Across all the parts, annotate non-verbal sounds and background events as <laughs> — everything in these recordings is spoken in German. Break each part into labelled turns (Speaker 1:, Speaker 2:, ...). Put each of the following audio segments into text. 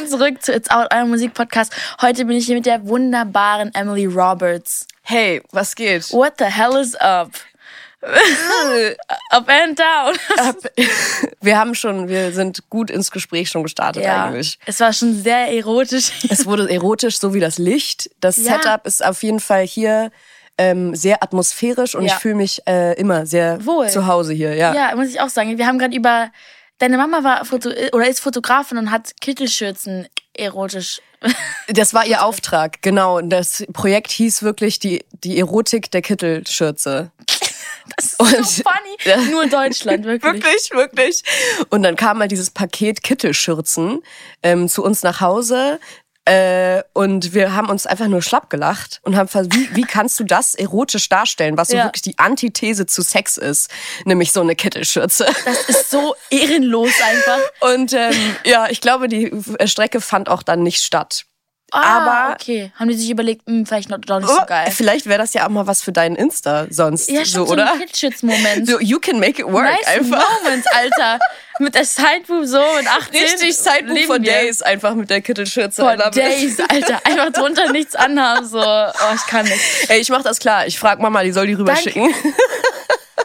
Speaker 1: <laughs> zurück zu It's Out, eurem Musikpodcast. Heute bin ich hier mit der wunderbaren Emily Roberts.
Speaker 2: Hey, was geht?
Speaker 1: What the hell is up? up and down.
Speaker 2: <laughs>
Speaker 1: <laughs>
Speaker 2: Wir haben schon, wir sind gut ins Gespräch schon gestartet eigentlich.
Speaker 1: es war schon sehr erotisch.
Speaker 2: Es wurde erotisch, so wie das Licht. Das
Speaker 1: Ja.
Speaker 2: Setup ist auf jeden Fall hier ähm, sehr atmosphärisch und
Speaker 1: Ja.
Speaker 2: ich fühle mich äh, immer sehr
Speaker 1: Wohl.
Speaker 2: zu Hause hier. Ja.
Speaker 1: Ja, muss ich auch sagen. Wir haben gerade über deine Mama war Foto oder ist Fotografin und hat Kittelschürzen erotisch. <laughs>
Speaker 2: Das war ihr Auftrag, genau. Und das Projekt hieß wirklich die, die Erotik der Kittelschürze.
Speaker 1: Das ist so
Speaker 2: <laughs>
Speaker 1: funny. Nur in Deutschland wirklich.
Speaker 2: Wirklich, wirklich. Und dann kam mal dieses Paket Kittelschürzen ähm, zu uns nach Hause. Äh, und wir haben uns einfach nur schlapp gelacht und haben versucht, wie, wie kannst du das erotisch darstellen, was
Speaker 1: Ja.
Speaker 2: so wirklich die Antithese zu Sex ist, nämlich so eine Kittelschürze.
Speaker 1: Das ist so ehrenlos einfach.
Speaker 2: <laughs> Und ähm, ja, ich glaube, die Strecke fand auch dann nicht statt.
Speaker 1: Ah,
Speaker 2: Aber-
Speaker 1: okay, haben die sich überlegt, hm, vielleicht noch, doch nicht so geil.
Speaker 2: Vielleicht wäre das ja auch mal was für deinen Insta sonst,
Speaker 1: Ja,
Speaker 2: so
Speaker 1: stimmt, so,
Speaker 2: oder?
Speaker 1: ein Kittelschürz-Moment.
Speaker 2: So, you can make it work
Speaker 1: nice
Speaker 2: einfach.
Speaker 1: Moments,
Speaker 2: <laughs>
Speaker 1: Alter. Mit der Sideboob so und 18.
Speaker 2: Richtig Sidebook
Speaker 1: leben
Speaker 2: for
Speaker 1: wir.
Speaker 2: Days einfach mit der Kittelschürze. I
Speaker 1: For
Speaker 2: love it.
Speaker 1: Days, Alter. Einfach drunter nichts anhaben, so. Oh, ich kann nicht.
Speaker 2: <laughs> Ey, ich mach das klar. Ich frag Mama, die soll die
Speaker 1: Danke.
Speaker 2: rüberschicken. <laughs>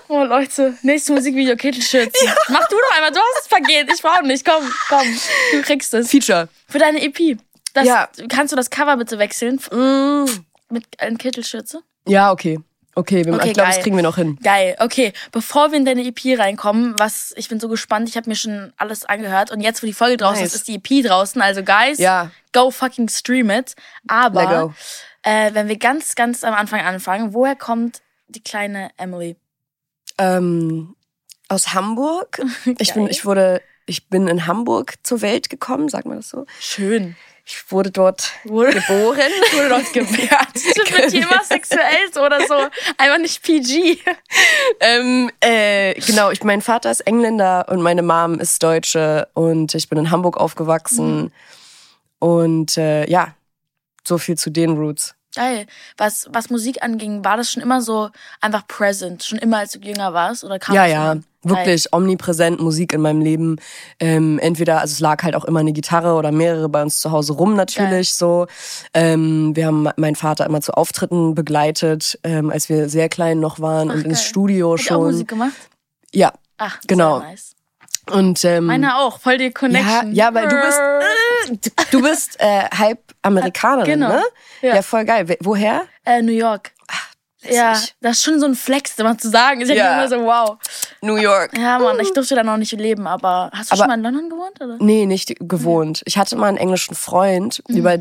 Speaker 1: Oh, Leute. Nächstes Musikvideo, Kittelschürzen. Mach du doch einmal, du hast es vergeht. Ich brauche nicht. Komm, komm. Du kriegst es.
Speaker 2: Feature.
Speaker 1: Für deine EP. Das,
Speaker 2: Ja.
Speaker 1: Kannst du das Cover bitte wechseln? F-
Speaker 2: Mm.
Speaker 1: Mit einer Kittelschürze?
Speaker 2: Ja, okay. Okay, wir,
Speaker 1: Okay,
Speaker 2: ich glaube, das
Speaker 1: geil.
Speaker 2: kriegen wir noch hin.
Speaker 1: Geil. Okay, bevor wir in deine EP reinkommen, was ich bin so gespannt, ich habe mir schon alles angehört und jetzt, wo die Folge draußen
Speaker 2: Nice.
Speaker 1: ist, ist die EP draußen. Also guys,
Speaker 2: Ja.
Speaker 1: go fucking stream it.
Speaker 2: Let
Speaker 1: Aber
Speaker 2: go.
Speaker 1: äh, wenn wir ganz, ganz am Anfang anfangen, woher kommt die kleine Emily?
Speaker 2: Ähm, aus <laughs> Hamburg. Ich bin,
Speaker 1: Geil.
Speaker 2: ich wurde, ich bin in Hamburg zur Welt gekommen, sag mal das so.
Speaker 1: Schön.
Speaker 2: Ich wurde dort
Speaker 1: Wurde,
Speaker 2: <laughs> geboren.
Speaker 1: wurde dort
Speaker 2: <laughs>
Speaker 1: gewährt. Stimmt mit Thema sexuell oder so. Einfach nicht PG.
Speaker 2: ähm, äh, genau, ich, mein Vater ist Engländer und meine Mom ist Deutsche und ich bin in Hamburg aufgewachsen. Und äh, ja, so viel zu den Roots.
Speaker 1: Geil. Was, was Musik anging, war das schon immer so einfach present? Schon immer, als du jünger warst? Oder kam
Speaker 2: Ja,
Speaker 1: das
Speaker 2: ja,
Speaker 1: schon? Geil.
Speaker 2: wirklich omnipräsent Musik in meinem Leben. Ähm, entweder, also es lag halt auch immer eine Gitarre oder mehrere bei uns zu Hause rum natürlich
Speaker 1: Geil.
Speaker 2: so. Ähm, wir haben meinen Vater immer zu Auftritten begleitet, ähm, als wir sehr klein noch waren
Speaker 1: Ach,
Speaker 2: und ins
Speaker 1: geil.
Speaker 2: Studio
Speaker 1: Hat die auch
Speaker 2: schon.
Speaker 1: Musik Ah. gemacht?
Speaker 2: Ja,
Speaker 1: Ach,
Speaker 2: Genau.
Speaker 1: Sehr nice.
Speaker 2: und ähm,
Speaker 1: Meiner auch, voll die
Speaker 2: ja,
Speaker 1: Connection.
Speaker 2: ja, weil du
Speaker 1: <laughs>
Speaker 2: bist, äh, du bist äh, halb Amerikanerin,
Speaker 1: Genau.
Speaker 2: ne?
Speaker 1: Ja.
Speaker 2: Ja. voll geil. We- Woher?
Speaker 1: Äh, New York. Ja,
Speaker 2: ich.
Speaker 1: das ist schon so ein Flex, immer zu sagen. Ich denke
Speaker 2: Ja.
Speaker 1: immer so, wow.
Speaker 2: New York.
Speaker 1: Ja, Mann, ich durfte da noch nicht leben, aber hast du
Speaker 2: Hm. Aber-
Speaker 1: schon mal in London gewohnt? Oder?
Speaker 2: Nee, nicht gewohnt. Ich hatte mal einen englischen Freund, über.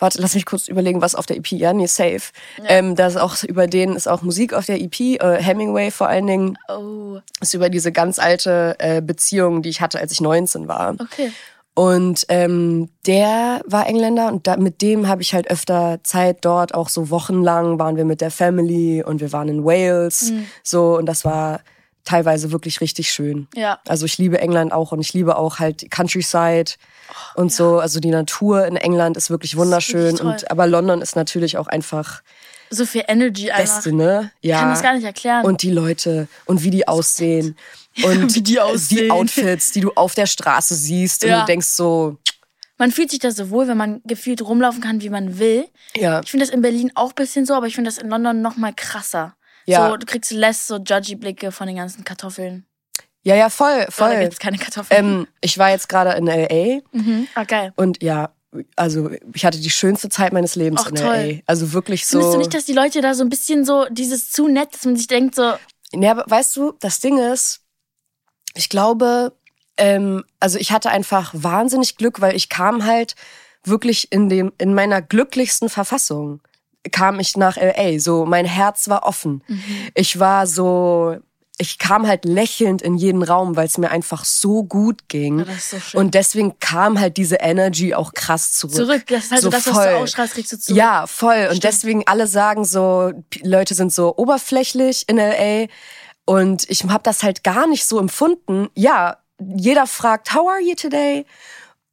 Speaker 2: Warte, lass mich kurz überlegen, was auf der EP. Ja, nee, safe. Ähm, das ist auch, über den ist auch Musik auf der EP. Äh, Hemingway vor allen Dingen
Speaker 1: Oh,
Speaker 2: ist über diese ganz alte äh, Beziehung, die ich hatte, als ich 19 war.
Speaker 1: okay.
Speaker 2: Und ähm, der war Engländer und da, mit dem habe ich halt öfter Zeit dort, auch so wochenlang waren wir mit der Family und wir waren in Wales. So, und das war teilweise wirklich richtig schön.
Speaker 1: Ja.
Speaker 2: Also ich liebe England auch und ich liebe auch halt die Countryside und so. Also die Natur in England ist wirklich wunderschön.
Speaker 1: wirklich toll.
Speaker 2: und, aber London ist natürlich auch einfach
Speaker 1: So viel Energy einfach.
Speaker 2: Beste, ne? Ja.
Speaker 1: Ich kann das gar nicht erklären.
Speaker 2: Und die Leute und wie die aussehen. <laughs> Und
Speaker 1: Wie die
Speaker 2: äh,
Speaker 1: aussehen.
Speaker 2: die Outfits, die du auf der Straße siehst
Speaker 1: Ja.
Speaker 2: und du denkst so,
Speaker 1: man fühlt sich da so wohl, wenn man gefühlt rumlaufen kann, wie man will.
Speaker 2: ja.
Speaker 1: Ich finde das in Berlin auch ein bisschen so, aber ich finde das in London noch mal krasser.
Speaker 2: Ja.
Speaker 1: So, du kriegst less so judgy Blicke von den ganzen Kartoffeln.
Speaker 2: Ja, ja, voll,
Speaker 1: Voll. Da
Speaker 2: voll.
Speaker 1: gibt's keine Kartoffeln.
Speaker 2: Ähm, ich war jetzt gerade in LA
Speaker 1: mhm. Ah, geil.
Speaker 2: und ja, also ich hatte die schönste Zeit meines Lebens
Speaker 1: Ach,
Speaker 2: in
Speaker 1: toll.
Speaker 2: LA. Also wirklich so.
Speaker 1: Findest du nicht, dass die Leute da so ein bisschen so dieses zu nett, dass man sich denkt so,
Speaker 2: Nee, aber weißt du, das Ding ist, ich glaube, ähm, also ich hatte einfach wahnsinnig Glück, weil ich kam halt wirklich in dem, in meiner glücklichsten Verfassung kam ich nach LA. So, mein Herz war offen.
Speaker 1: Mhm.
Speaker 2: Ich war so, ich kam halt lächelnd in jeden Raum, weil es mir einfach so gut ging.
Speaker 1: Ja, das ist so schön.
Speaker 2: Mhm. Und deswegen kam halt diese Energy auch krass zurück.
Speaker 1: zurück, das ist halt so,
Speaker 2: So
Speaker 1: das, was
Speaker 2: voll.
Speaker 1: du ausstrahlst, kriegst du zurück.
Speaker 2: Ja, voll. Und deswegen alle sagen so, P- Leute sind so oberflächlich in LA. Und ich habe das halt gar nicht so empfunden. Ja, jeder fragt, how are you today?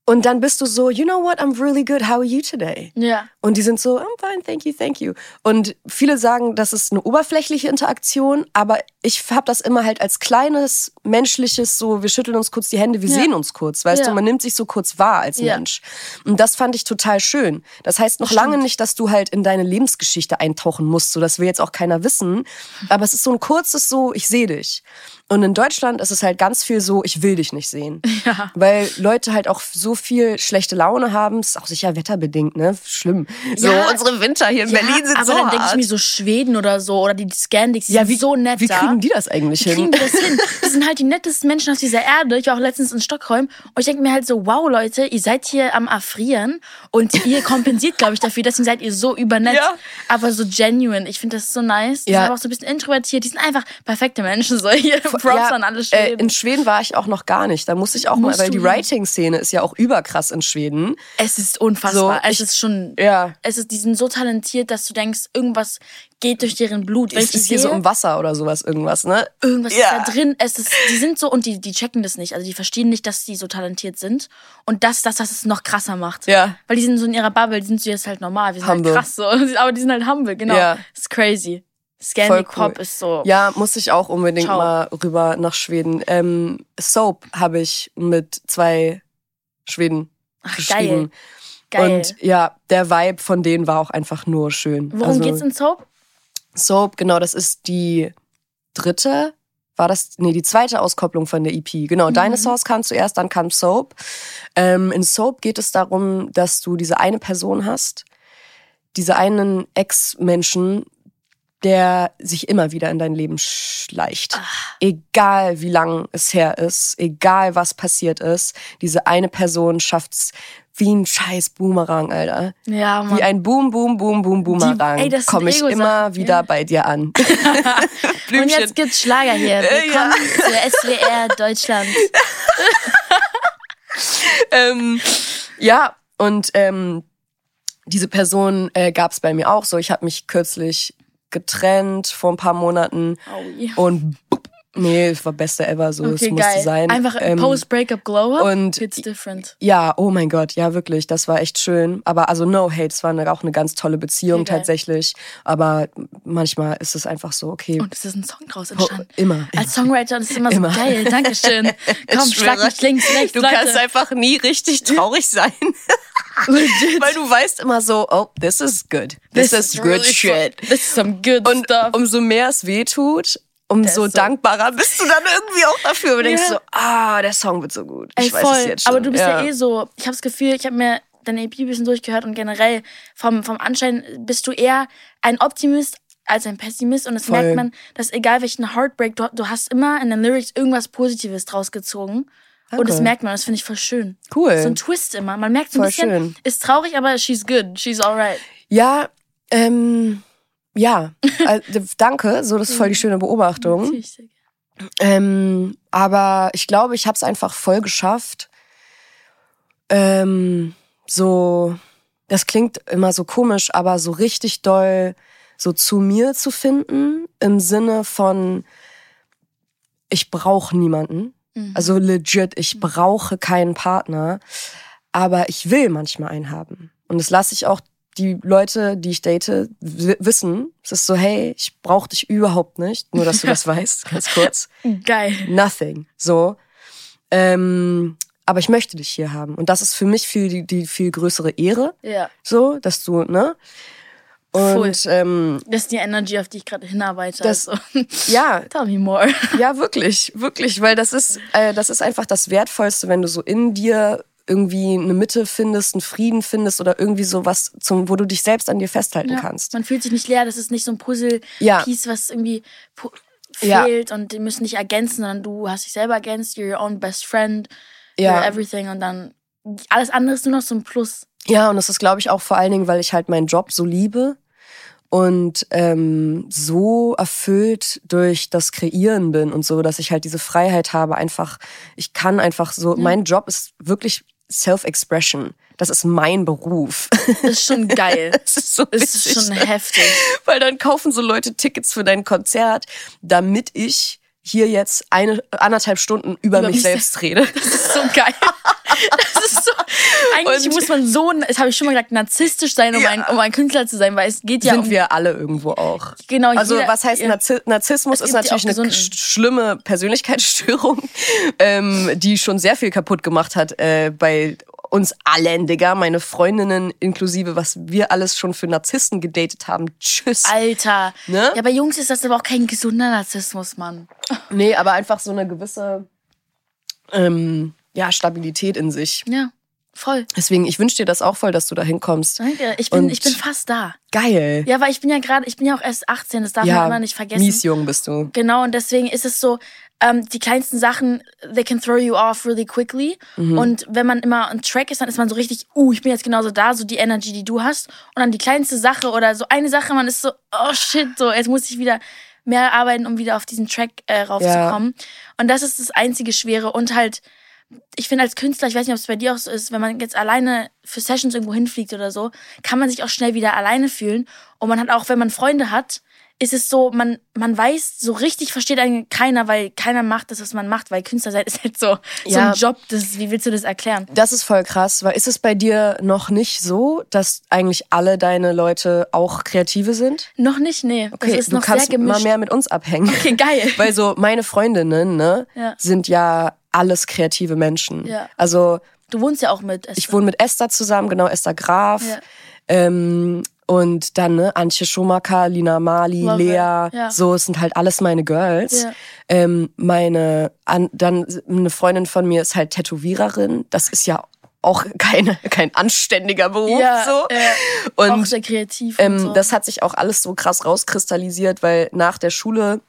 Speaker 2: Und dann bist du so, you know what, I'm really good, how are you today?
Speaker 1: Ja.
Speaker 2: Und die sind so, I'm fine, thank you, thank you. Und viele sagen, das ist eine oberflächliche Interaktion, aber ich habe das immer halt als kleines, menschliches, so, wir schütteln uns kurz die Hände, wir
Speaker 1: Ja.
Speaker 2: sehen uns kurz, weißt
Speaker 1: Ja.
Speaker 2: du, man nimmt sich so kurz wahr als
Speaker 1: Ja.
Speaker 2: Mensch. Und das fand ich total schön. Das heißt noch
Speaker 1: Das
Speaker 2: lange
Speaker 1: stimmt.
Speaker 2: nicht, dass du halt in deine Lebensgeschichte eintauchen musst, so, das will jetzt auch keiner wissen, aber es ist so ein kurzes so, ich sehe dich. Und in Deutschland ist es halt ganz viel so, ich will dich nicht sehen.
Speaker 1: <laughs> Ja.
Speaker 2: Weil Leute halt auch so viel schlechte Laune haben, ist auch sicher wetterbedingt, ne? Schlimm. So,
Speaker 1: Ja.
Speaker 2: unsere Winter hier in Berlin sind
Speaker 1: aber
Speaker 2: so
Speaker 1: dann denke ich
Speaker 2: hart.
Speaker 1: mir so Schweden oder so oder die Scandics, die
Speaker 2: ja,
Speaker 1: sind
Speaker 2: wie,
Speaker 1: so nett
Speaker 2: wie
Speaker 1: da.
Speaker 2: kriegen die das eigentlich
Speaker 1: Wie
Speaker 2: hin?
Speaker 1: kriegen wir das hin? Das sind halt die nettesten Menschen auf dieser Erde. Ich war auch letztens in Stockholm und ich denke mir halt so, wow, Leute, ihr seid hier am Erfrieren und
Speaker 2: <laughs>
Speaker 1: ihr kompensiert, glaube ich, dafür, deswegen seid ihr so übernett,
Speaker 2: Ja.
Speaker 1: aber so genuine. Ich finde das so nice. Die
Speaker 2: Ja.
Speaker 1: sind aber auch so ein bisschen introvertiert. Die sind einfach perfekte Menschen, so hier. Props an alle
Speaker 2: äh,
Speaker 1: Schweden.
Speaker 2: in Schweden war ich auch noch gar nicht. Da musste ich auch
Speaker 1: Musst
Speaker 2: mal, weil
Speaker 1: du
Speaker 2: die
Speaker 1: hin.
Speaker 2: Writing-Szene ist ja auch überkrass in Schweden.
Speaker 1: es ist unfassbar.
Speaker 2: so,
Speaker 1: es ist schon...
Speaker 2: Ja.
Speaker 1: Es ist, die sind so talentiert, dass du denkst, irgendwas geht durch deren Blut. Wenn ich
Speaker 2: Es
Speaker 1: die
Speaker 2: ist hier
Speaker 1: sehe,
Speaker 2: so im Wasser oder sowas irgendwas, ne?
Speaker 1: irgendwas
Speaker 2: Ja.
Speaker 1: ist da drin. Es ist, die sind so und die, die checken das nicht. Also die verstehen nicht, dass die so talentiert sind. Und das, das, das es noch krasser macht.
Speaker 2: Ja.
Speaker 1: Weil die sind so in ihrer Bubble, die sind so jetzt halt normal. Wir sind
Speaker 2: Humble.
Speaker 1: halt krass so. <laughs> Aber die sind halt humble, genau.
Speaker 2: Ja.
Speaker 1: Ist crazy.
Speaker 2: Voll
Speaker 1: Scandic
Speaker 2: cool.
Speaker 1: Pop ist so.
Speaker 2: Ja, muss ich auch unbedingt
Speaker 1: Ciao.
Speaker 2: mal rüber nach Schweden. Ähm, Soap habe ich mit zwei Schweden
Speaker 1: Ach,
Speaker 2: geschrieben.
Speaker 1: geil. Geil.
Speaker 2: Und ja, der Vibe von denen war auch einfach nur schön.
Speaker 1: Worum
Speaker 2: also,
Speaker 1: geht's in Soap?
Speaker 2: Soap, genau, das ist die dritte, war das, nee, die zweite Auskopplung von der EP. Genau, Dinosaurs kam zuerst, dann kam Soap. Ähm, in Soap geht es darum, dass du diese eine Person hast, diese einen Ex-Menschen, der sich immer wieder in dein Leben schleicht. Egal wie lang es her ist, egal was passiert ist, diese eine Person schafft's wie ein scheiß Boomerang, Alter.
Speaker 1: Ja, Mann.
Speaker 2: Wie ein Boom, Boom, Boom, Boom,
Speaker 1: Die- ey,
Speaker 2: Boomerang
Speaker 1: das sind
Speaker 2: komme ich
Speaker 1: Ego-Sachen,
Speaker 2: immer wieder
Speaker 1: ja.
Speaker 2: bei
Speaker 1: <laughs>
Speaker 2: dir an. <laughs>
Speaker 1: Und jetzt gibt's Schlager hier.
Speaker 2: Äh, <laughs> ja.
Speaker 1: Willkommen zu SWR Deutschland.
Speaker 2: ähm, ja, und ähm, diese Person äh, gab es bei mir auch so. Ich habe mich kürzlich getrennt vor ein paar Monaten
Speaker 1: Aui.
Speaker 2: und bup, nee, es war beste ever so. es
Speaker 1: Okay,
Speaker 2: musste
Speaker 1: geil.
Speaker 2: sein.
Speaker 1: Einfach
Speaker 2: Ähm,
Speaker 1: Post-Breakup Glow-Up.
Speaker 2: und-
Speaker 1: It's different.
Speaker 2: Ja, oh mein Gott, ja wirklich, das war echt schön. Aber also no hate, es war eine, auch eine ganz tolle Beziehung
Speaker 1: Sehr geil.
Speaker 2: tatsächlich. Aber manchmal ist es einfach so, okay,
Speaker 1: Und es ist ein Song draus
Speaker 2: ho-
Speaker 1: entstanden.
Speaker 2: immer.
Speaker 1: Als Songwriter ist es immer so
Speaker 2: Immer.
Speaker 1: geil.
Speaker 2: <laughs>
Speaker 1: Dankeschön. Komm, schlag
Speaker 2: schwöre,
Speaker 1: mich links, rechts,
Speaker 2: Du
Speaker 1: Leute.
Speaker 2: kannst einfach nie
Speaker 1: <laughs>
Speaker 2: richtig traurig sein,
Speaker 1: Legit.
Speaker 2: weil du weißt immer so, oh, this is good. <laughs> This, is good
Speaker 1: really
Speaker 2: shit.
Speaker 1: fu- This is some good
Speaker 2: Und
Speaker 1: stuff.
Speaker 2: umso mehr es weh tut, umso
Speaker 1: Der ist so-
Speaker 2: dankbarer bist du dann irgendwie auch dafür. Und denkst
Speaker 1: Ja.
Speaker 2: so, ah, der Song wird so gut. Ich
Speaker 1: Ey,
Speaker 2: weiß
Speaker 1: voll.
Speaker 2: es jetzt schon.
Speaker 1: Aber du bist ja.
Speaker 2: ja
Speaker 1: eh so, ich habe das Gefühl, ich habe mir deine EP ein bisschen durchgehört und generell vom, vom Anschein bist du eher ein Optimist als ein Pessimist und das
Speaker 2: Voll.
Speaker 1: merkt man, dass egal welchen Heartbreak, du, du hast immer in den Lyrics irgendwas Positives draus gezogen. Und das
Speaker 2: Danke.
Speaker 1: merkt man, das finde ich voll schön.
Speaker 2: Cool.
Speaker 1: So ein Twist immer. Man merkt so ein
Speaker 2: Voll
Speaker 1: bisschen,
Speaker 2: schön.
Speaker 1: ist traurig, aber she's good, she's alright.
Speaker 2: Ja, ähm,
Speaker 1: <laughs>
Speaker 2: ja. Äh, danke, so, das ist voll die schöne Beobachtung. Ähm, aber ich glaube, ich habe es einfach voll geschafft. Ähm, so, das klingt immer so komisch, aber so richtig doll so zu mir zu finden, im Sinne von, ich brauche niemanden.
Speaker 1: Mhm.
Speaker 2: Also legit, ich brauche keinen Partner, aber ich will manchmal einen haben. Und das lasse ich auch die Leute, die ich date, w- wissen. Es ist so, hey, ich brauche dich überhaupt nicht, nur dass
Speaker 1: <laughs>
Speaker 2: du das weißt, ganz kurz
Speaker 1: Geil.
Speaker 2: nothing. So. Ähm, aber ich möchte dich hier haben. Und das ist für mich viel, die, die viel größere Ehre,
Speaker 1: Ja.
Speaker 2: so, dass du, ne?
Speaker 1: Voll.
Speaker 2: Und ähm,
Speaker 1: Das ist die Energy, auf die ich gerade hinarbeite.
Speaker 2: Das-
Speaker 1: also. <laughs>
Speaker 2: ja,
Speaker 1: Tell me more.
Speaker 2: ja, wirklich, wirklich, weil das ist, äh, das ist einfach das Wertvollste, wenn du so in dir irgendwie eine Mitte findest, einen Frieden findest oder irgendwie sowas, zum, wo du dich selbst an dir festhalten kannst.
Speaker 1: Man fühlt sich nicht leer, das ist nicht so ein
Speaker 2: Ja.
Speaker 1: Puzzle-Piece, was irgendwie pu-
Speaker 2: Ja.
Speaker 1: fehlt und die müssen nicht ergänzen, sondern du hast dich selber ergänzt, you're your own best friend,
Speaker 2: Ja.
Speaker 1: you're everything und dann alles andere ist nur noch so ein Plus.
Speaker 2: Ja, und das ist, glaube ich, auch vor allen Dingen, weil ich halt meinen Job so liebe und ähm, so erfüllt durch das Kreieren bin und so, dass ich halt diese Freiheit habe, einfach, ich kann einfach so, mein Job ist wirklich Self-Expression. Das ist mein Beruf. <laughs>
Speaker 1: Das ist schon geil.
Speaker 2: Das ist so
Speaker 1: Das ist
Speaker 2: witzig,
Speaker 1: schon
Speaker 2: ne?
Speaker 1: heftig.
Speaker 2: Weil dann kaufen so Leute Tickets für dein Konzert, damit ich hier jetzt eine anderthalb Stunden über,
Speaker 1: Über
Speaker 2: mich
Speaker 1: mich
Speaker 2: <laughs> selbst rede.
Speaker 1: Das ist so geil. Das ist so, eigentlich
Speaker 2: Und-
Speaker 1: muss man so, das habe ich schon mal gesagt, narzisstisch sein, um,
Speaker 2: Ja.
Speaker 1: ein, um ein Künstler zu sein, weil es geht ja
Speaker 2: Sind
Speaker 1: um
Speaker 2: wir alle irgendwo auch.
Speaker 1: Genau,
Speaker 2: Also
Speaker 1: jeder-
Speaker 2: was heißt
Speaker 1: ja.
Speaker 2: Narzi Narzissmus
Speaker 1: Es
Speaker 2: ist
Speaker 1: gibt ja auch
Speaker 2: natürlich eine
Speaker 1: gesunden.
Speaker 2: sch- schlimme Persönlichkeitsstörung, <laughs> ähm, die schon sehr viel kaputt gemacht hat äh, bei uns allen, Digga. Meine Freundinnen inklusive, was wir alles schon für Narzissten gedatet haben. Tschüss.
Speaker 1: Alter.
Speaker 2: Ne?
Speaker 1: Ja, bei Jungs ist das aber auch kein gesunder Narzissmus, Mann.
Speaker 2: Nee, aber einfach so eine gewisse ähm, ja, Stabilität in sich.
Speaker 1: Ja, voll.
Speaker 2: Deswegen, ich wünsche dir das auch voll, dass du da hinkommst.
Speaker 1: Danke. Ich bin,
Speaker 2: Und-
Speaker 1: ich bin fast da.
Speaker 2: Geil.
Speaker 1: Ja, weil ich bin ja gerade, ich bin ja auch erst 18, das darf man immer nicht vergessen.
Speaker 2: mies jung bist du.
Speaker 1: Genau, und deswegen ist es so, ähm, die kleinsten Sachen, they can throw you off really quickly.
Speaker 2: Mhm.
Speaker 1: Und wenn man immer on track ist, dann ist man so richtig, uh, ich bin jetzt genauso da, so die Energy, die du hast. Und dann die kleinste Sache oder so eine Sache, man ist so, oh shit, so, jetzt muss ich wieder mehr arbeiten, um wieder auf diesen Track äh, raufzukommen. Und das ist das einzige Schwere. Und halt, ich finde als Künstler, ich weiß nicht, ob es bei dir auch so ist, wenn man jetzt alleine für Sessions irgendwo hinfliegt oder so, kann man sich auch schnell wieder alleine fühlen. Und man hat auch, wenn man Freunde hat, ist es so, man, man weiß, so richtig versteht einen keiner, weil keiner macht das, was man macht, weil Künstler sein <laughs> ist halt so, so
Speaker 2: Ja.
Speaker 1: ein Job, das, wie willst du das erklären?
Speaker 2: Das ist voll krass, weil ist es bei dir noch nicht so, dass eigentlich alle deine Leute auch Kreative sind?
Speaker 1: Noch nicht, nee.
Speaker 2: Okay,
Speaker 1: das ist
Speaker 2: du
Speaker 1: noch
Speaker 2: kannst
Speaker 1: sehr
Speaker 2: mal
Speaker 1: gemischt.
Speaker 2: mehr mit uns abhängen.
Speaker 1: Okay, geil.
Speaker 2: <laughs> Weil so meine Freundinnen ne,
Speaker 1: Ja.
Speaker 2: sind ja alles kreative Menschen.
Speaker 1: Ja.
Speaker 2: Also
Speaker 1: Du wohnst ja auch mit. Esther.
Speaker 2: ich wohne mit Esther zusammen, genau, Esther Graf.
Speaker 1: Ja.
Speaker 2: Ähm, und dann ne, Antje Schumacher, Lina Mali,
Speaker 1: Love it.
Speaker 2: Lea,
Speaker 1: Ja.
Speaker 2: so es sind halt alles meine Girls.
Speaker 1: Ja.
Speaker 2: Ähm, meine, an, dann eine Freundin von mir ist halt Tätowiererin. Das ist ja auch <laughs> keine, kein anständiger Beruf.
Speaker 1: ja,
Speaker 2: so.
Speaker 1: äh, auch
Speaker 2: und
Speaker 1: sehr kreativ. und
Speaker 2: ähm,
Speaker 1: so.
Speaker 2: das hat sich auch alles so krass rauskristallisiert, weil nach der Schule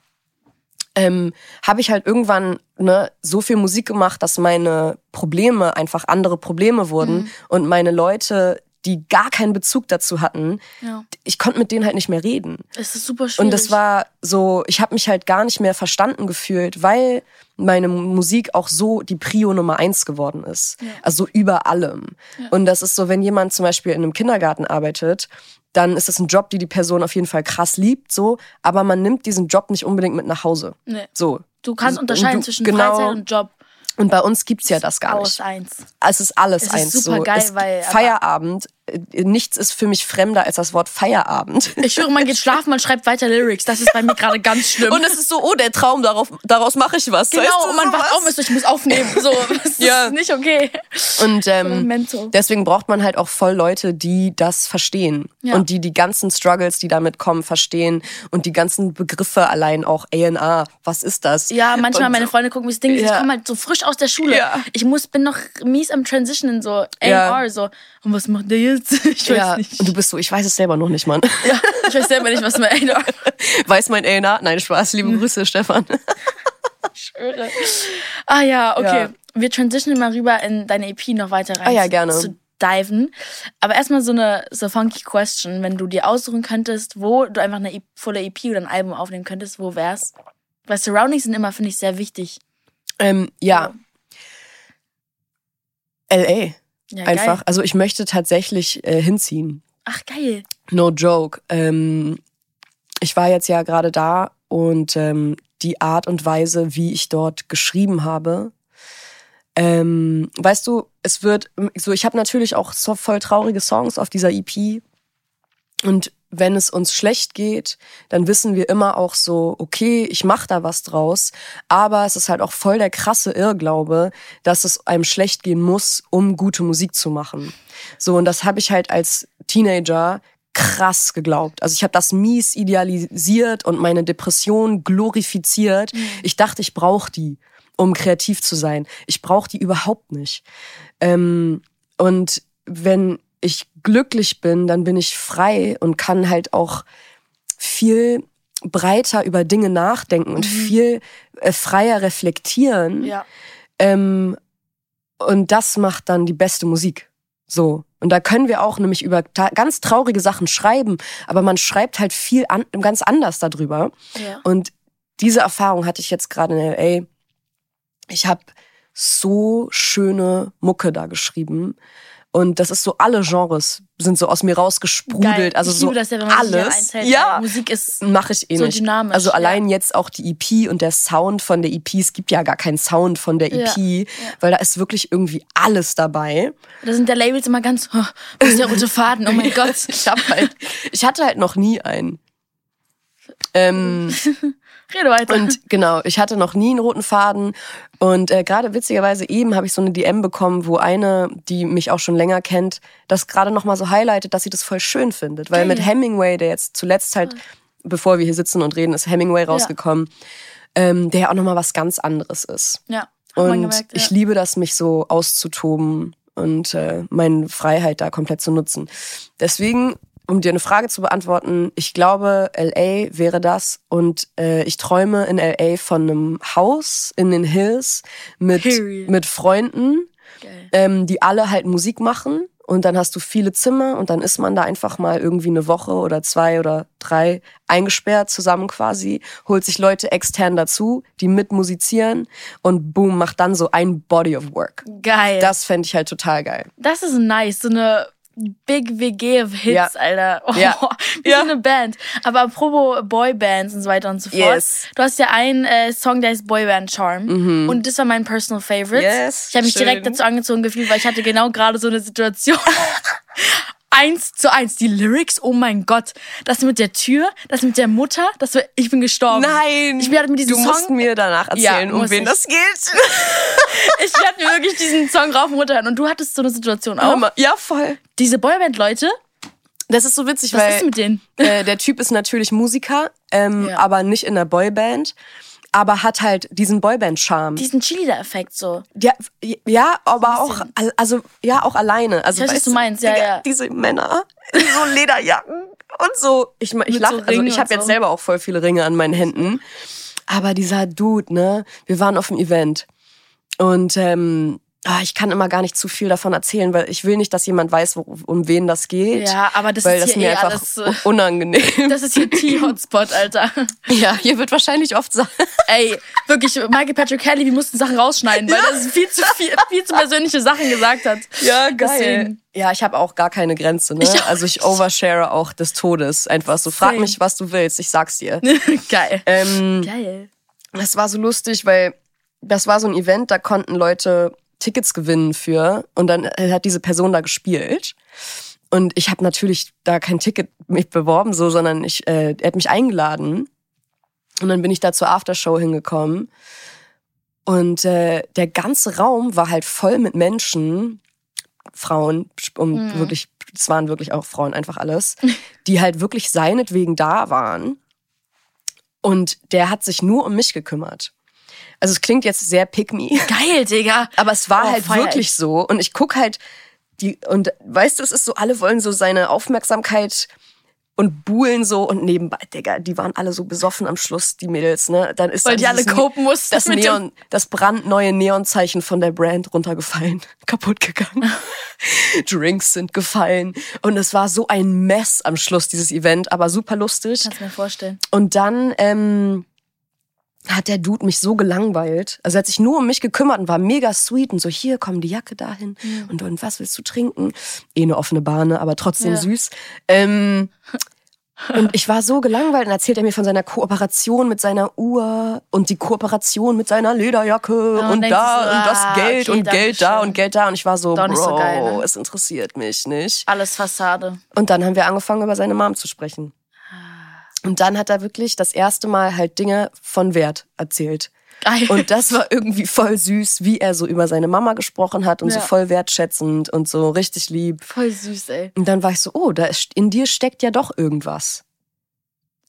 Speaker 2: ähm, habe ich halt irgendwann ne, so viel Musik gemacht, dass meine Probleme einfach andere Probleme wurden
Speaker 1: Mhm.
Speaker 2: und meine Leute, die gar keinen Bezug dazu hatten,
Speaker 1: ja.
Speaker 2: ich konnte mit denen halt nicht mehr reden.
Speaker 1: Es ist super schwierig.
Speaker 2: Und das war so, ich habe mich halt gar nicht mehr verstanden gefühlt, weil meine Musik auch so die Prio Nummer eins geworden ist. Also so über allem. Und das ist so, wenn jemand zum Beispiel in einem Kindergarten arbeitet, dann ist das ein Job, die die Person auf jeden Fall krass liebt, so. Aber man nimmt diesen Job nicht unbedingt mit nach Hause.
Speaker 1: Nee.
Speaker 2: So.
Speaker 1: Du kannst
Speaker 2: Und
Speaker 1: unterscheiden
Speaker 2: du-
Speaker 1: zwischen
Speaker 2: genau.
Speaker 1: Freizeit und Job.
Speaker 2: Und bei uns gibt's ja das gar
Speaker 1: Aus
Speaker 2: nicht.
Speaker 1: eins.
Speaker 2: Es ist alles
Speaker 1: Es ist
Speaker 2: eins.
Speaker 1: super
Speaker 2: so.
Speaker 1: geil,
Speaker 2: es,
Speaker 1: weil-
Speaker 2: Feierabend. äh, Nichts ist für mich fremder als das Wort Feierabend.
Speaker 1: Ich schwöre, man geht schlafen, man schreibt weiter Lyrics. Das ist bei mir gerade ganz schlimm.
Speaker 2: Und es ist so, oh, der Traum, darauf, daraus mache ich was. weißt
Speaker 1: genau,
Speaker 2: du,
Speaker 1: und man
Speaker 2: sowas?
Speaker 1: wacht auf, ist so, ich muss aufnehmen. So,
Speaker 2: <laughs>
Speaker 1: das
Speaker 2: Ja.
Speaker 1: ist nicht okay.
Speaker 2: Und ähm,
Speaker 1: Memento.
Speaker 2: deswegen braucht man halt auch voll Leute, die das verstehen
Speaker 1: Ja.
Speaker 2: und die die ganzen Struggles, die damit kommen, verstehen und die ganzen Begriffe allein auch A&R, was ist das?
Speaker 1: Ja, manchmal
Speaker 2: und
Speaker 1: meine Freunde gucken mich das Ding, ist, ich
Speaker 2: Ja.
Speaker 1: komme halt so frisch aus der Schule.
Speaker 2: Ja.
Speaker 1: Ich muss, bin noch mies am Transitionen, so AR,
Speaker 2: Ja.
Speaker 1: so. Und was macht der jetzt? <laughs> Ich weiß
Speaker 2: ja,
Speaker 1: nicht.
Speaker 2: und du bist so, ich weiß es selber noch nicht, Mann. <laughs>
Speaker 1: Ja, ich weiß selber nicht, was man AR
Speaker 2: Weiß mein A&R? Nein, Spaß,
Speaker 1: Mhm.
Speaker 2: liebe Grüße, Stefan.
Speaker 1: schwöre. Ah ja, okay.
Speaker 2: Ja.
Speaker 1: Wir transitionen mal rüber in deine EP noch weiter rein.
Speaker 2: Ah ja,
Speaker 1: zu-
Speaker 2: gerne.
Speaker 1: Zu diven. Aber erstmal so eine so funky Question, wenn du dir aussuchen könntest, wo du einfach eine E- volle EP oder ein Album aufnehmen könntest, wo wär's? Weil Surroundings sind immer, finde ich, sehr wichtig.
Speaker 2: Ähm, ja. L.A.
Speaker 1: Ja,
Speaker 2: einfach.
Speaker 1: Geil.
Speaker 2: Also ich möchte tatsächlich äh, hinziehen.
Speaker 1: Ach, geil.
Speaker 2: No joke. Ähm, ich war jetzt ja gerade da und ähm, die Art und Weise, wie ich dort geschrieben habe, ähm, weißt du, es wird so. Ich habe natürlich auch so voll traurige Songs auf dieser E EP und wenn es uns schlecht geht, dann wissen wir immer auch so, okay, ich mache da was draus, aber es ist halt auch voll der krasse Irrglaube, dass es einem schlecht gehen muss, um gute Musik zu machen. So, und das habe ich halt als Teenager krass geglaubt. Also ich habe das mies idealisiert und meine Depression glorifiziert. Ich dachte, ich brauche die, um kreativ zu sein. Ich brauche die überhaupt nicht. Ähm, und wenn ich glücklich bin, dann bin ich frei und kann halt auch viel breiter über Dinge nachdenken und viel äh, freier reflektieren.
Speaker 1: Ja.
Speaker 2: Ähm, und das macht dann die beste Musik. So. Und da können wir auch nämlich über ta- ganz traurige Sachen schreiben, aber man schreibt halt viel an, ganz anders darüber.
Speaker 1: ja.
Speaker 2: Und diese Erfahrung hatte ich jetzt gerade in LA. Ich habe so schöne Mucke da geschrieben Und das ist so, alle Genres sind so aus mir rausgesprudelt.
Speaker 1: Geil.
Speaker 2: Also
Speaker 1: ich
Speaker 2: so
Speaker 1: liebe das ja, wenn man sich hier
Speaker 2: alles.
Speaker 1: einteilt.
Speaker 2: ja,
Speaker 1: Musik ist
Speaker 2: mache ich eh
Speaker 1: so
Speaker 2: nicht.
Speaker 1: dynamisch,
Speaker 2: also
Speaker 1: ja.
Speaker 2: allein jetzt auch die EP und der Sound von der EP. Es gibt ja gar keinen Sound von der EP, weil da ist wirklich irgendwie alles dabei.
Speaker 1: Da sind der Labels immer ganz, oh, wo ist der rote Faden? Oh
Speaker 2: <laughs>
Speaker 1: mein Gott.
Speaker 2: Ich hab halt, <laughs> ich hatte halt noch nie einen.
Speaker 1: Hm.
Speaker 2: Ähm,
Speaker 1: Rede weiter.
Speaker 2: und genau, ich hatte noch nie einen roten Faden. Und äh, gerade witzigerweise eben habe ich so eine DM bekommen, wo eine, die mich auch schon länger kennt, das gerade nochmal so highlightet, dass sie das voll schön findet. Weil mit
Speaker 1: Geil. Ah.
Speaker 2: Hemingway, der jetzt zuletzt halt, bevor wir hier sitzen und reden, ist Hemingway rausgekommen, ähm, der ja auch nochmal was ganz anderes ist.
Speaker 1: ja, hat man
Speaker 2: Und
Speaker 1: gemerkt.
Speaker 2: ich
Speaker 1: ja.
Speaker 2: liebe das, mich so auszutoben und äh, meine Freiheit da komplett zu nutzen. Deswegen, um dir eine Frage zu beantworten, ich glaube, LA wäre das. Und äh, ich träume in LA von einem Haus in den Hills mit,
Speaker 1: Period.
Speaker 2: mit Freunden,
Speaker 1: Geil.
Speaker 2: ähm, die alle halt Musik machen. Und dann hast du viele Zimmer und dann ist man da einfach mal irgendwie eine Woche oder zwei oder drei eingesperrt zusammen quasi, holt sich Leute extern dazu, die mitmusizieren und boom, macht dann so ein Body of Work.
Speaker 1: Geil. Das,
Speaker 2: Das fände ich halt total geil.
Speaker 1: ist nice. So eine Big WG of Hits,
Speaker 2: Ja.
Speaker 1: Alter. <laughs> Oh,
Speaker 2: Ja.
Speaker 1: Wie
Speaker 2: Ja.
Speaker 1: so eine Band. Aber apropos Boybands und so weiter und so fort.
Speaker 2: Yes. Mhm.
Speaker 1: Du hast ja einen äh, Song, der heißt Boyband Charm. Und das war mein personal favorite.
Speaker 2: Yes,
Speaker 1: Ich habe mich
Speaker 2: schön.
Speaker 1: direkt dazu angezogen gefühlt, weil ich hatte genau gerade so eine Situation. <laughs> Eins zu eins, die Lyrics, oh mein Gott. Das mit der Tür, das mit der Mutter, das war, ich bin gestorben. Ich werde mir diesen
Speaker 2: du musst
Speaker 1: Song,
Speaker 2: mir danach erzählen,
Speaker 1: Ja,
Speaker 2: um
Speaker 1: muss
Speaker 2: wen
Speaker 1: ich.
Speaker 2: das <laughs> geht.
Speaker 1: <laughs> ich werde mir wirklich diesen Song rauf und runter hören. Und du hattest so eine Situation auch.
Speaker 2: ja, voll.
Speaker 1: Diese Boyband-Leute,
Speaker 2: Das ist so witzig,
Speaker 1: was
Speaker 2: weil
Speaker 1: ist mit denen?
Speaker 2: äh, der Typ ist natürlich Musiker, ähm,
Speaker 1: Ja.
Speaker 2: aber nicht in der Boyband, aber hat halt diesen Boyband-Charme.
Speaker 1: Diesen Cheerleader-Effekt <laughs> so.
Speaker 2: Ja, ja, aber auch,
Speaker 1: bisschen.
Speaker 2: al- also, ja, auch alleine. Also,
Speaker 1: Ich weiß, was
Speaker 2: weißt
Speaker 1: du meinst, ja,
Speaker 2: Digga,
Speaker 1: ja.
Speaker 2: Diese Männer in so <laughs> Lederjacken und so. Ich, ma- ich
Speaker 1: Mit
Speaker 2: lach,
Speaker 1: so
Speaker 2: also
Speaker 1: Ringen
Speaker 2: ich
Speaker 1: und
Speaker 2: habe jetzt
Speaker 1: so.
Speaker 2: selber auch voll viele Ringe an meinen Händen. Aber dieser Dude, ne, wir waren auf dem Event und, ähm, ah, ich kann immer gar nicht zu viel davon erzählen, weil ich will nicht, dass jemand weiß, wo, um wen das geht.
Speaker 1: Ja, aber das
Speaker 2: weil
Speaker 1: ist
Speaker 2: das
Speaker 1: hier
Speaker 2: mir
Speaker 1: eh
Speaker 2: einfach
Speaker 1: alles, äh, <laughs>
Speaker 2: unangenehm.
Speaker 1: Das ist hier T-Hotspot, Alter.
Speaker 2: ja, hier wird wahrscheinlich oft <laughs> sagen,
Speaker 1: Ey, wirklich, Michael Patrick Kelly, wir mussten Sachen rausschneiden, weil das viel zu viel, viel zu persönliche Sachen gesagt hat.
Speaker 2: Ja, <laughs>
Speaker 1: Deswegen.
Speaker 2: Ja, ich habe auch gar keine Grenze, ne?
Speaker 1: Ich auch
Speaker 2: also ich overshare auch des Todes. Einfach so, frag
Speaker 1: Same.
Speaker 2: mich, was du willst, ich sag's dir.
Speaker 1: <laughs> Geil.
Speaker 2: ähm,
Speaker 1: Geil.
Speaker 2: das war so lustig, weil das war so ein Event, da konnten Leute Tickets gewinnen für und dann äh, hat diese Person da gespielt. Und ich habe natürlich da kein Ticket mich beworben, so, sondern ich, äh, er hat mich eingeladen. Und dann bin ich da zur Aftershow hingekommen. Und äh, der ganze Raum war halt voll mit Menschen, Frauen, um wirklich, es waren wirklich auch Frauen, einfach alles, die halt wirklich seinetwegen da waren. Und der hat sich nur um mich gekümmert. Also es klingt jetzt sehr pick me,
Speaker 1: Geil, Digga.
Speaker 2: <laughs> aber es war
Speaker 1: Oh,
Speaker 2: halt
Speaker 1: feier
Speaker 2: wirklich so. Und ich guck halt die und weißt du, es ist so, alle wollen so seine Aufmerksamkeit und buhlen so und nebenbei, Digga, die waren alle so besoffen am Schluss, die Mädels, ne? Dann ist
Speaker 1: Weil
Speaker 2: dann
Speaker 1: die alle
Speaker 2: dieses-
Speaker 1: copen mussten.
Speaker 2: das
Speaker 1: mit dem-
Speaker 2: Neon, das brandneue Neonzeichen von der Brand runtergefallen, <laughs> kaputt gegangen. <laughs> Drinks sind gefallen und es war so ein Mess am Schluss dieses Event, aber super lustig.
Speaker 1: Kannst du mir vorstellen.
Speaker 2: Und dann ähm, hat der Dude mich so gelangweilt. Also er hat sich nur um mich gekümmert und war mega sweet und so, hier, komm, die Jacke dahin
Speaker 1: Mhm.
Speaker 2: und, und was willst du trinken? Eh eine offene Bahne, aber trotzdem
Speaker 1: Ja.
Speaker 2: süß. Ähm, und ich war so gelangweilt und erzählt er mir von seiner Kooperation mit seiner Uhr und die Kooperation mit seiner Lederjacke
Speaker 1: man
Speaker 2: und
Speaker 1: denkt
Speaker 2: da
Speaker 1: so,
Speaker 2: und
Speaker 1: ah,
Speaker 2: das Geld
Speaker 1: okay,
Speaker 2: und Geld da
Speaker 1: Dankeschön.
Speaker 2: und Geld da. Und ich war so,
Speaker 1: Doch
Speaker 2: Bro,
Speaker 1: nicht so geil, ne?
Speaker 2: es interessiert mich nicht.
Speaker 1: Alles Fassade.
Speaker 2: Und dann haben wir angefangen, über seine Mom zu sprechen. Und dann hat er wirklich das erste Mal halt Dinge von Wert erzählt.
Speaker 1: Geil.
Speaker 2: Und
Speaker 1: <laughs>
Speaker 2: das war irgendwie voll süß, wie er so über seine Mama gesprochen hat und so
Speaker 1: Ja.
Speaker 2: voll wertschätzend und so richtig lieb.
Speaker 1: voll süß, ey.
Speaker 2: Und dann war ich so, oh, da ist, in dir steckt ja doch irgendwas.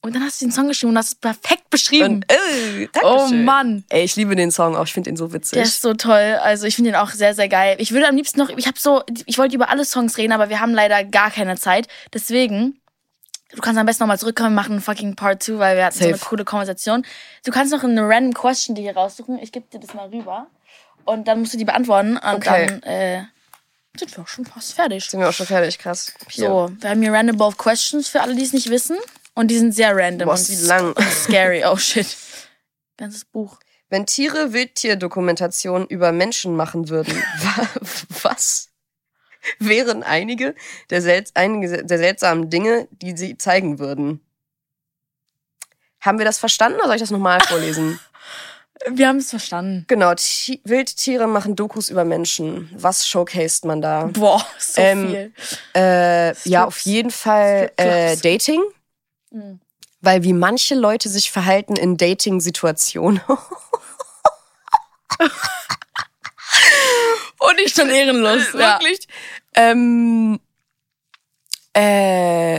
Speaker 1: Und dann hast du den Song geschrieben und hast es perfekt beschrieben.
Speaker 2: Und, äh,
Speaker 1: oh
Speaker 2: Dankeschön.
Speaker 1: Mann.
Speaker 2: Ey, ich liebe den Song auch, ich finde ihn so witzig.
Speaker 1: Der ist so toll. Also ich finde ihn auch sehr, sehr geil. Ich würde am liebsten noch, ich habe so, ich wollte über alle Songs reden, aber wir haben leider gar keine Zeit. Deswegen, du kannst am besten nochmal zurückkommen, wir machen einen fucking Part 2, weil wir hatten so eine
Speaker 2: Safe.
Speaker 1: coole Konversation. Du kannst noch eine random Question dir hier raussuchen. Ich gebe dir das mal rüber. Und dann musst du die beantworten. Und
Speaker 2: Okay.
Speaker 1: dann äh, sind wir auch schon fast fertig.
Speaker 2: Sind wir auch schon fertig, krass. Hier.
Speaker 1: So, wir haben hier random of questions für alle, die es nicht wissen. Und die sind sehr random.
Speaker 2: Boah,
Speaker 1: und
Speaker 2: ist die lang.
Speaker 1: Scary. Oh shit. Ganzes Buch.
Speaker 2: Wenn <laughs> Tiere Wildtierdokumentation über Menschen machen würden, wa- was? wären einige der, selts einige der seltsamen Dinge, die sie zeigen würden. Haben wir das verstanden oder soll ich das nochmal <laughs> vorlesen?
Speaker 1: Wir haben es verstanden.
Speaker 2: Genau, Ti- Wildtiere machen Dokus über Menschen. Was showcased man da?
Speaker 1: Boah, so
Speaker 2: Ähm,
Speaker 1: viel.
Speaker 2: Äh, ja,
Speaker 1: Stripclubs.
Speaker 2: auf jeden Fall äh,
Speaker 1: Stripclubs.
Speaker 2: Dating.
Speaker 1: Mhm.
Speaker 2: Weil wie manche Leute sich verhalten in Dating-Situationen.
Speaker 1: Und ich schon ehrenlos. <laughs> ja.
Speaker 2: Wirklich. Ähm, äh,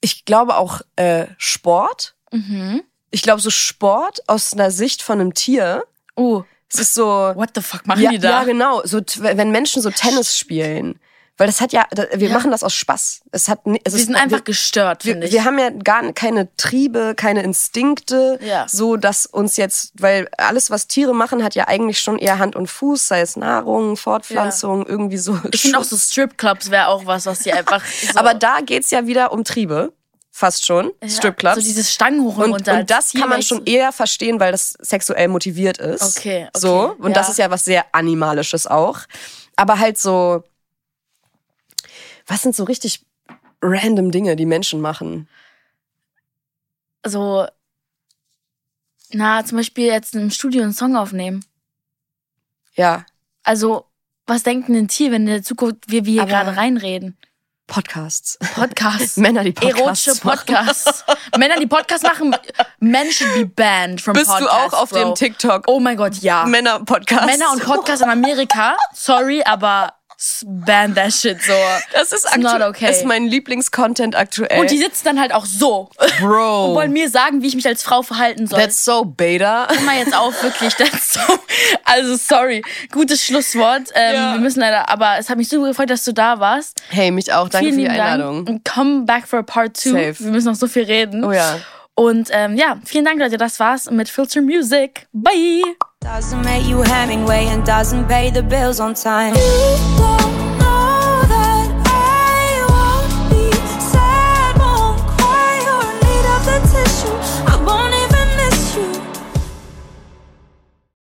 Speaker 2: ich glaube auch äh, Sport.
Speaker 1: Mhm.
Speaker 2: Ich glaube so Sport aus einer Sicht von einem Tier.
Speaker 1: Oh,
Speaker 2: Es ist so.
Speaker 1: what the fuck machen
Speaker 2: Uh. Ja,
Speaker 1: die da?
Speaker 2: ja, genau. So, t- wenn Menschen so Tennis spielen. Weil das hat ja, da- wir
Speaker 1: Ja.
Speaker 2: machen das aus Spaß. Es hat, ni- es
Speaker 1: Wir
Speaker 2: ist,
Speaker 1: sind einfach gestört,
Speaker 2: wir,
Speaker 1: finde ich.
Speaker 2: wir haben ja gar keine Triebe, keine Instinkte,
Speaker 1: Ja.
Speaker 2: so dass uns jetzt, weil alles, was Tiere machen, hat ja eigentlich schon eher Hand und Fuß, sei es Nahrung, Fortpflanzung, irgendwie so.
Speaker 1: ich finde auch so Stripclubs wäre auch was, was
Speaker 2: <laughs>
Speaker 1: sie einfach. So,
Speaker 2: Aber da geht's ja wieder um Triebe, fast schon,
Speaker 1: Ja,
Speaker 2: Stripclubs.
Speaker 1: So dieses Stangen hoch und,
Speaker 2: und,
Speaker 1: runter.
Speaker 2: und das kann man schon eher verstehen, weil das sexuell motiviert ist.
Speaker 1: Okay, okay,
Speaker 2: So, und
Speaker 1: ja.
Speaker 2: das ist ja was sehr Animalisches auch. Aber halt so, was sind so richtig random Dinge, die Menschen machen?
Speaker 1: so. Na, zum Beispiel jetzt im Studio einen Song aufnehmen.
Speaker 2: Ja,
Speaker 1: Also, was denkt denn ein Tier, wenn in der Zukunft wir, wir hier
Speaker 2: Aber-
Speaker 1: gerade reinreden?
Speaker 2: Podcasts. <laughs>
Speaker 1: Podcasts.
Speaker 2: Männer, die Podcasts
Speaker 1: Erotische
Speaker 2: machen.
Speaker 1: Podcasts. Männer, die Podcasts machen, men should be banned from
Speaker 2: Bist
Speaker 1: podcasts.
Speaker 2: du auch auf
Speaker 1: Bro.
Speaker 2: dem TikTok?
Speaker 1: Oh mein Gott, ja.
Speaker 2: Männer-Podcast.
Speaker 1: Männer und Podcasts in Amerika, sorry, aber s- ban that shit so.
Speaker 2: <laughs> Das ist
Speaker 1: It's not
Speaker 2: aktuell.
Speaker 1: okay.
Speaker 2: ist mein Lieblingscontent aktuell.
Speaker 1: Und die sitzen dann halt auch so und
Speaker 2: Bro,
Speaker 1: wollen mir sagen, wie ich mich als Frau verhalten soll.
Speaker 2: that's so beta. <laughs>
Speaker 1: Hör mal jetzt auf, wirklich. Das ist so, also sorry, gutes Schlusswort. Ähm,
Speaker 2: Ja.
Speaker 1: Wir müssen leider, aber es hat mich super gefreut, dass du da warst.
Speaker 2: Hey, mich auch. Danke
Speaker 1: Vielen
Speaker 2: für die
Speaker 1: lieben
Speaker 2: Einladung.
Speaker 1: Dank und come back for part two.
Speaker 2: Safe.
Speaker 1: Wir müssen noch so viel reden.
Speaker 2: Oh ja.
Speaker 1: Und ähm, ja, vielen Dank, Leute. Das war's mit Filter Music. Bye.
Speaker 3: Doesn't make you Hemingway and doesn't pay the bills on time.